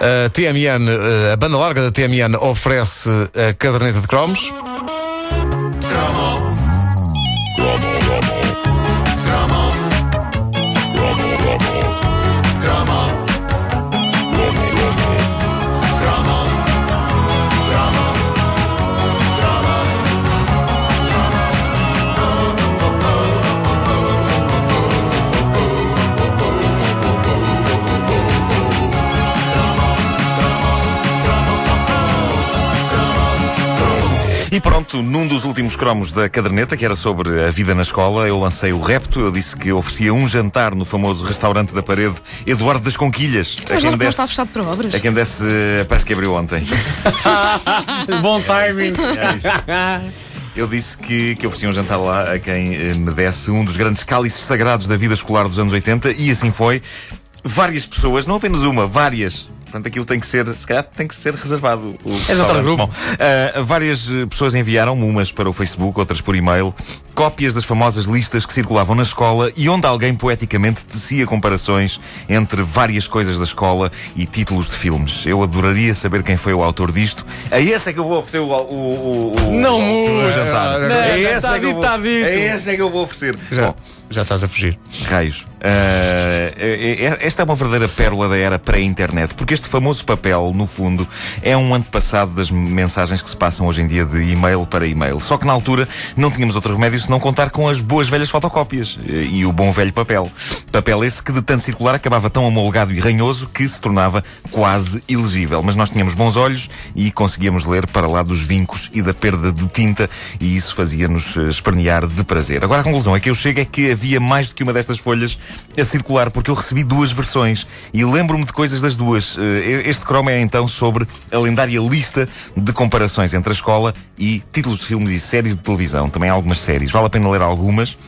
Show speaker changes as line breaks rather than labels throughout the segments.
A TMN, eh, a banda larga da TMN oferece a caderneta de cromos.
E pronto, num dos últimos cromos da caderneta, que era sobre a vida na escola, eu lancei o repto. Eu disse que oferecia um jantar no famoso restaurante da parede Eduardo das Conquilhas. A
Mas
quem
já não
desse-
está fechado para obras.
a quem desse, eh, parece que abriu ontem.
Bom timing.
Eu disse que, que oferecia um jantar lá a quem eh, me desse um dos grandes cálices sagrados da vida escolar dos anos 80, e assim foi. Várias pessoas, não apenas uma, várias. Portanto, aquilo tem que ser, se calhar tem que ser reservado. O
jantar
restaurante.
de grupo.
Bom, ah, várias eh, pessoas enviaram-me, umas para o Facebook, outras por e-mail, cópias das famosas listas que circulavam na escola e onde alguém poeticamente tecia comparações entre várias coisas da escola e títulos de filmes. Eu adoraria saber quem foi o autor disto. A esse é que eu vou oferecer o. o, o, o
Não
o- o
muda.
jantar.
Não,
já
É esse
está
é que eu
dito,
vou-
está dito.
É esse é que eu vou oferecer.
Já,
Bom,
já estás a fugir.
Raios. Ah, é- é- esta é uma verdadeira pérola da era pré-internet, porque este famoso papel, no fundo, é um antepassado das mensagens que se passam hoje em dia de e-mail para e-mail. Só que na altura não tínhamos outro remédio senão contar com as boas velhas fotocópias eh, e o bom velho papel. Papel esse que de tanto circular acabava tão amolgado e ranhoso que se tornava quase ilegível. Mas nós tínhamos bons olhos e conseguíamos ler para lá dos vincos e da perda de tinta e isso fazia-nos eh, espernear de prazer. Agora a conclusão a que eu chego é que havia mais do que uma destas folhas a circular porque eu recebi duas versões e lembro-me de coisas das duas. Eh, Este cromo é então sobre a lendária lista de comparações entre a escola e títulos de filmes e séries de televisão, também algumas séries. Vale a pena ler algumas.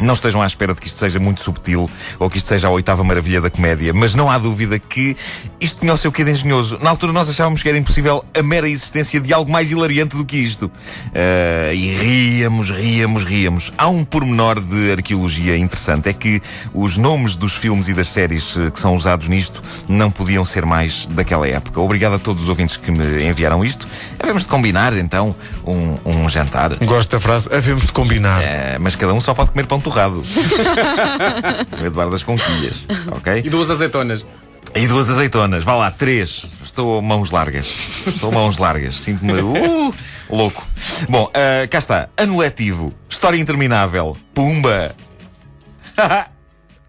Não estejam à espera de que isto seja muito subtil ou que isto seja a oitava maravilha da comédia, mas não há dúvida que isto tinha o seu quê de engenhoso. Na altura nós achávamos que era impossível a mera existência de algo mais hilariante do que isto. Ah, e ríamos, ríamos, ríamos. Há um pormenor de arqueologia interessante, é que os nomes dos filmes e das séries eh, que são usados nisto não podiam ser mais daquela época. Obrigado a todos os ouvintes que me enviaram isto. Havemos de combinar, então, um, um jantar.
Gosto da frase, havemos de combinar.
É, mas cada um só pode comer pão torrado. o Eduardo das Conquilhas,
E
ok?
duas azeitonas.
E duas azeitonas, vá lá, três. Estou a mãos largas. Estou a mãos largas. Sinto-me uh, louco. Bom, ah, cá está. Ano letivo. História interminável. Pumba.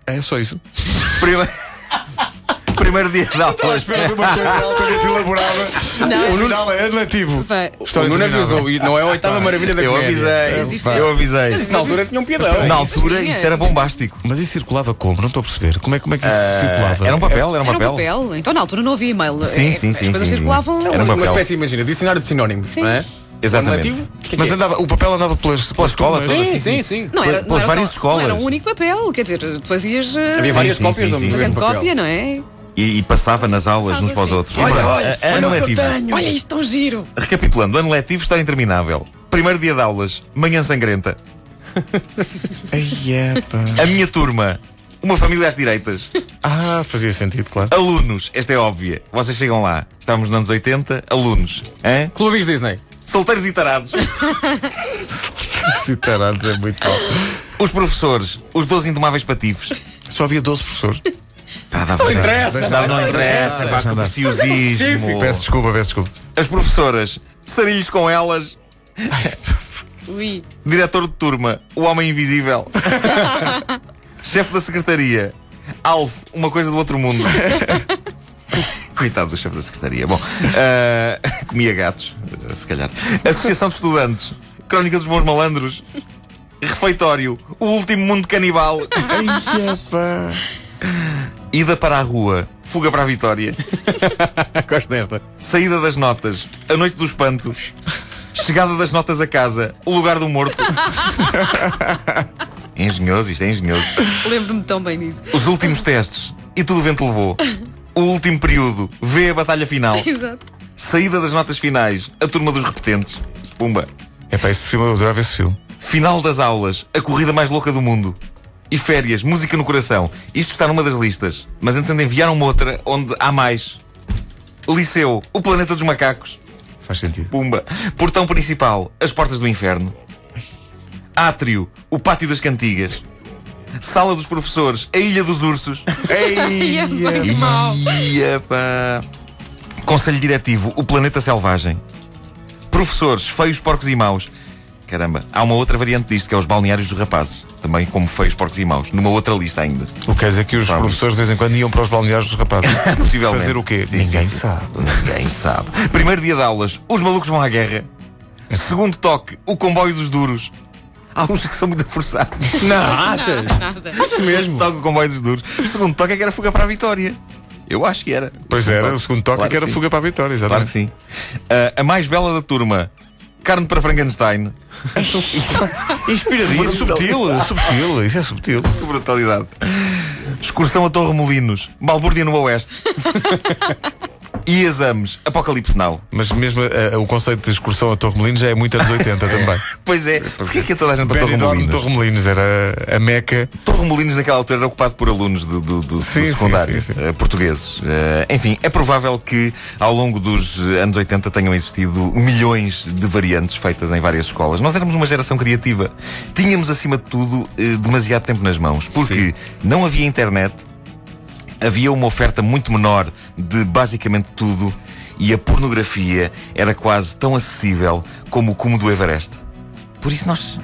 É só isso.
Primeiro, Primeiro dia de
Então,
aulas.
Espera de uma coisa altamente elaborada.
Não.
um
O final é adletivo.
Vai.
História
o Nuno
terminada.
avisou. E não é a oitava maravilha da
Ah, Eu
comédia.
avisei.
Existe.
Eu avisei.
Mas
Na altura tinha um piadão.
Na
isto
altura
tinha-
isto era bombástico.
Mas isso circulava como? Não estou a perceber. Como é, como é que isso
Ah,
circulava?
Era um papel, era um
Era um
papel.
papel. Então na altura não havia e-mail.
Sim,
É,
sim, sim,
As coisas
sim.
circulavam.
Era uma
Mas-
Uma
papel.
espécie, imagina, dicionário de sinónimos,
Sim.
não é?
Exatamente. assim.
Relativo, o que é que
Mas
é?
andava, o papel andava pelas,
Pelas escolas?
turmas.
Sim, sim, sim.
Não era, não
Pelas
era
várias
só-
escolas.
Não era um único papel, quer dizer, depois ias eh,
Havia várias
sim,
cópias
sim,
do
sim,
mesmo
sim.
fazendo
papel.
cópia, não é?
E, e passava nas aulas uns para os
assim.
outros.
Olha, olha,
Ah, ano
olha o que eu
letivo.
tenho.
Olha isto, é um giro.
Recapitulando, ano letivo, história interminável. Primeiro dia de aulas, manhã sangrenta.
Ai, é, pá.
A minha turma, uma família às direitas.
Ah, fazia sentido, claro.
Alunos, esta é óbvia. Vocês chegam lá, estávamos nos anos 80, alunos. Hã?
Clubes Disney.
Solteiros e tarados.
Se tarados é muito bom.
Os professores, os 12 indomáveis patifes.
Só havia 12 professores.
Pá, dá não
interessa,
Não,
pá, não
interessa.
interessa. é
Pá,
Deixa andar.
preciosismo.
Peço desculpa, peço desculpa.
As professoras, sarilhos com elas.
Ui.
Diretor de turma, o homem invisível. chefe da secretaria, Alf, uma coisa do outro mundo. Coitado do chefe da secretaria. Bom, ah, comia gatos, ah, se calhar. Associação de Estudantes, Crónica dos Bons Malandros, Refeitório, O Último Mundo Canibal,
Ai, é, pá.
Ida para a Rua, Fuga para a Vitória,
Gosto desta.
Saída das Notas, A Noite do Espanto, Chegada das Notas a Casa, O Lugar do Morto. engenhoso, isto é engenhoso.
Lembro-me tão bem disso.
Os últimos testes e tudo o vento levou. O último período vê a batalha final.
Exato.
Saída das notas finais, a turma dos repetentes. Pumba.
É pá, esse filme, eu adorava esse filme.
Final das aulas, a corrida mais louca do mundo. E férias, música no coração. Isto está numa das listas, mas entretanto enviaram-me outra onde há mais. Liceu, o planeta dos macacos.
Faz sentido.
Pumba. Portão principal, as portas do inferno. Átrio, o pátio das cantigas. Sala dos professores, a ilha dos ursos.
E é bem mau.
Ia, pá. Conselho diretivo, o planeta selvagem. Professores, feios, porcos e maus. Caramba, há uma outra variante disto, que é os balneários dos rapazes. Também como feios, porcos e maus. Numa outra lista ainda.
O que quer dizer que os
Sabe.
professores de vez em quando iam para os balneários dos rapazes.
Possivelmente.
Fazer o quê?
Sim,
Ninguém
sim, sim.
sabe.
Ninguém sabe. Primeiro dia de aulas, os malucos vão à guerra. Segundo toque, o comboio dos duros. Há uns que são muito forçados.
Não, achas?
Nada.
Achas
Hum.
mesmo?
Toque o comboio dos duros. Segundo toque é que era fuga para a vitória. Eu acho que era.
Pois era, o segundo toque é
Claro
que era
sim.
fuga para a vitória,
Claro que
exatamente.
sim. Ah, a mais bela da turma, carne para Frankenstein. Inspiradíssimo.
Isso é subtil, subtil, isso é subtil.
Que brutalidade. Excursão a Torre Molinos, balbúrdia no Oeste. e exames, Apocalipse Now.
Mas mesmo eh, o conceito de excursão a Torremolinos já é muito anos 80 também.
Pois é, porquê é que é toda a gente para Torre
Benidorm,
Molinos? Torre...
Torremolinos era a meca.
Molinos naquela altura era ocupado por alunos do, do, do- do
Sim, sim,
secundário,
sim, sim.
eh, portugueses. Eh, enfim, é provável que ao longo dos eh, anos 80 tenham existido milhões de variantes feitas em várias escolas. Nós éramos uma geração criativa. Tínhamos, acima de tudo, eh, demasiado tempo nas mãos, porque não havia internet, havia uma oferta muito menor de basicamente tudo e a pornografia era quase tão acessível como o cume do Everest. Por isso nós.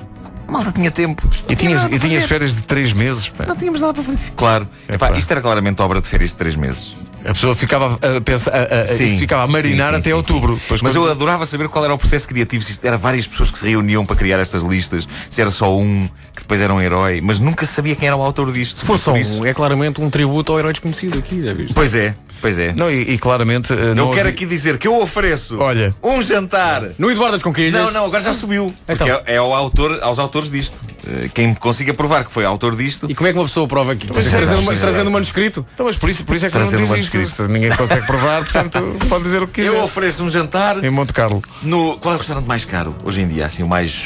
Malta tinha tempo.
E tinhas,
nada
e
para
tinhas
fazer.
férias de 3 meses. pá.
Não tínhamos nada para fazer. Claro.
Epá.
Epá, isto era claramente obra de férias de três meses.
A pessoa ficava a, pensar, a, a-
Sim.
É isso ficava a marinar
Sim, sim,
até
sim,
outubro.
sim.
Depois
Mas
quando-
eu adorava saber qual era o processo criativo. Se isto era várias pessoas que se reuniam para criar estas listas. Se era só um, que depois era um herói. Mas nunca sabia quem era o autor disto.
Se for só
Por isso-
um, é claramente um tributo ao herói desconhecido aqui, já viste?
Pois é, pois é.
Não, e, e claramente. eh,
Eu
não
quero
havia-
aqui dizer que eu ofereço
Olha.
um jantar.
No Eduardo das Conquilhas.
Não, não, agora já subiu.
Então.
Porque é, é ao autor, aos autores disto. Eh, Quem me consiga provar que foi autor disto.
E como é que uma pessoa prova aqui?
é,
Trazendo,
pois
uma,
é.
trazendo um manuscrito?
Então, mas por isso, por isso é que eu não diz
Trazer um
isto.
manuscrito.
Se Ninguém consegue provar, portanto, pode dizer o que quiser.
Eu ofereço um jantar
Em Monte Carlo.
no. Qual é o restaurante mais caro hoje em dia? Assim, o mais.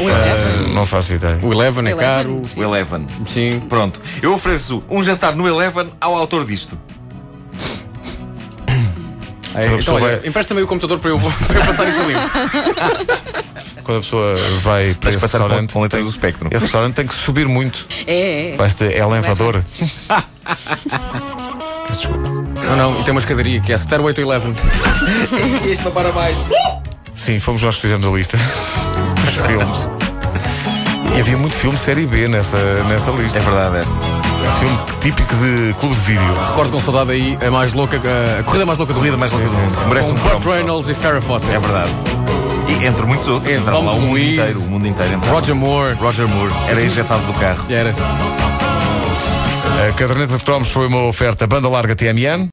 O
é.
Eleven.
Não faço ideia.
O Eleven é
Eleven,
caro.
sim.
O Eleven.
Sim.
Pronto. Eu ofereço um jantar no Eleven ao autor disto.
É,
Cada
então,
pessoa
olha,
vai-
empresta-me aí o computador para eu, para eu passar isso ali.
Quando a pessoa vai para
Tens de
esse
passar com-
restaurante.
com letras
tem-
do espectro.
Esse restaurante tem que subir muito.
É, é.
Vai ser é elevador.
Não, não, e tem uma escadaria que é Stairway to Eleven.
este não para mais.
Sim, fomos nós que fizemos a lista. Os filmes. E havia muito filme série B nessa, nessa lista.
É verdade, é.
Filme típico de clube de vídeo.
Recordo com saudade aí a mais louca, a corrida mais louca do
Corrida mais longa do mundo. Merece
Com
um
Burt
promo.
Reynolds e Farrah Fawcett.
É verdade. E entre muitos outros.
Entre
Entrava
Tom
É lá o mundo
Cruise,
inteiro. O mundo inteiro entrava.
Roger Moore.
Roger Moore era injetado do carro.
Era.
A caderneta de cromos foi uma oferta banda larga TMN.